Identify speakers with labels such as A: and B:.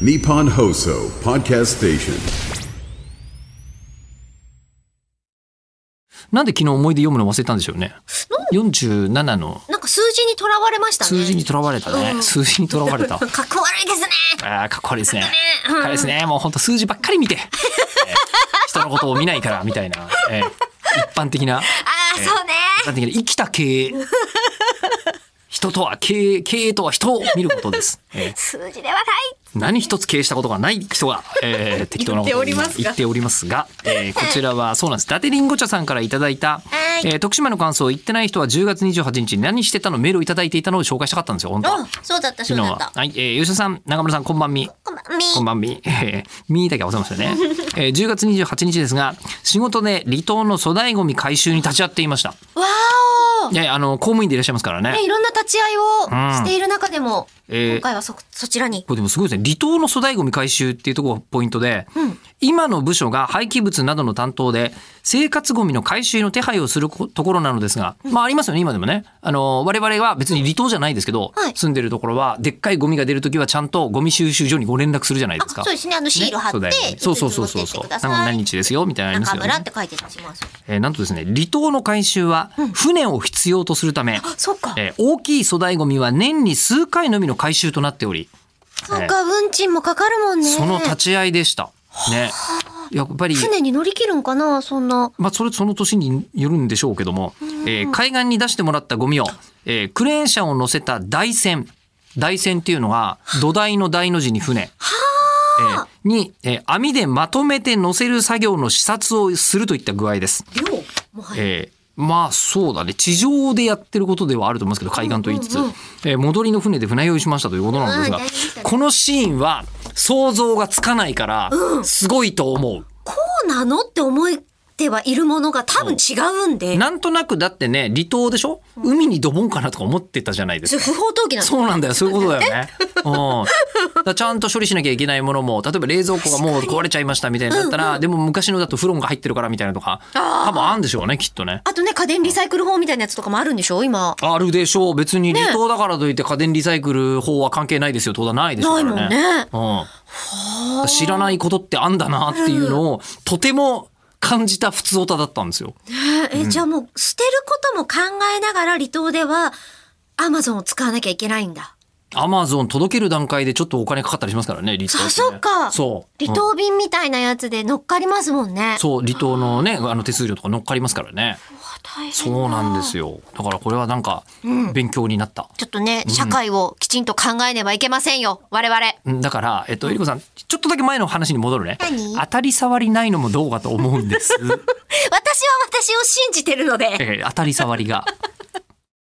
A: Nippon Hoso Podcast Station.
B: なんで昨日思い出読むの忘れたんでしょうね。47の
C: なんか数字にとらわれましたね。
B: 数字にとらわれたね。
C: うん
B: 数字にとらわれ た。
C: かっこ悪いですね。
B: ああ、かっこ悪いですね。か
C: うん
B: っこ悪いですね。もう本当数字ばっかり見 て、えー人のことを見ないから、みたいな、えー一般的な、
C: ああ、そうね。
B: 一般的な生きた経営。人とは経営、経営とは人を見ることです。えー
C: 数字ではない。
B: 何一つ経営したことがない人が、えー適当なことを今言っておりますが、えーこちらはそうなんです。伊達りんご茶さんからいただいた、
C: はい
B: えー徳島の感想を言ってない人は10月28日に何してたのメールをいただいていたのを紹介したかったんですよ、本当は
C: うん、そうだった、そ
B: 昨
C: う
B: 日
C: だっ
B: は
C: た。。
B: はい、えー、吉田さん、中村さん、こんばんみ。
C: こんばんみ。
B: こんばんみ。 えーみーだけ合わせましたね。えー、10月28日ですが、仕事で離島の粗大ゴミ回収に立ち会っていました。
C: わーお
B: いやいやあの、公務員でいらっしゃいますから
C: ね、
B: ね。
C: いろんな立ち会いをしている中でも、
B: えー
C: 今回はそ、そちらに。
B: これでもすごいですね。離島の粗大ゴミ回収っていうところがポイントで、
C: うん
B: 今の部署が廃棄物などの担当で、生活ゴミの回収の手配をすることころなのですが、まあありますよね、今でもね。あの、我々は別に離島じゃないですけど、
C: はい
B: 住んでるところは、でっかいゴミが出るときはちゃんとゴミ収集所にご連絡するじゃないですか。
C: そうですね、あのシール貼って、
B: ね
C: そ
B: そうう
C: そ
B: そうう
C: そ
B: そううそう
C: そ
B: う
C: そ
B: そうう。
C: くだ
B: なん
C: さ
B: か
C: い。
B: 何日ですよみたいなのあります
C: 中
B: よ
C: 村っ
B: ね。
C: て書いてたりします。
B: えーなんとですね、離島の回収は船を必要とするため、
C: あ、そうか。
B: えー大きい粗大ゴミは年に数回のみの回収となっており、
C: そうか、運賃もかかるもんね。
B: その立ち合いでした。ね。やっぱり、
C: 船に乗り切るんかな、そんな。
B: まあ、それその年によるんでしょうけども、えー海岸に出してもらったゴミを、えークレーン車を乗せた台船。台船っていうのは、土台の台の字に船。えーに、えー網でまとめて乗せる作業の視察をするといった具合です。
C: 量も入る。
B: えーまあそうだね地上でやってることではあると思いますけど海岸と言いつつ、
C: うんうんうん
B: えー戻りの船で船酔いしましたということなんですが
C: うん大事でしたね
B: このシーンは想像がつかないからすごいと思う、
C: こうなのって思ってはいるものが多分違うんで。
B: なんとなくだってね離島でしょ海にドボンかなとか思ってたじゃないです
C: それ
B: か。
C: 不法投棄なの
B: そうなんだよそういうことだよね。うん、だからちゃんと処理しなきゃいけないものも例えば冷蔵庫がもう壊れちゃいましたみたいになったら、でも昔のだとフロンが入ってるからみたいなとか多分あるんでしょうねきっとね。
C: あとね、家電リサイクル法みたいなやつとかもあるんでしょ今。
B: あるでしょう。別に離島だからといって家電リサイクル法は関係ないですよ。当然ないでしょ
C: な
B: う
C: い
B: か
C: もん
B: らね。
C: ね。
B: うん。知らないことってあんだなっていうのを、とても感じた普通オタだったんですよ。
C: え、じゃあもう、捨てることも考えながら離島では、アマゾンを使わなきゃいけないんだ。
B: アマゾン届ける段階でちょっとお金かかったりしますからね、離島ってね、
C: あそっか
B: そう。う
C: 離
B: ん
C: 島便みたいなやつで乗っかりますもんね。
B: そう、離島のね、あの手数料とか乗っかりますからね。
C: 大変だ
B: そうなんですよ。だからこれはなんか、勉強になった。
C: ちょっとね、社会をきちんと考えねばいけませんよ。我々。
B: うんだから、えっと、えりこさん、ちょっとだけ前の話に戻るね。
C: 何
B: 当たり障りないのもどうかと思うんです。
C: 私は私を信じてるので。
B: えー当たり障りが。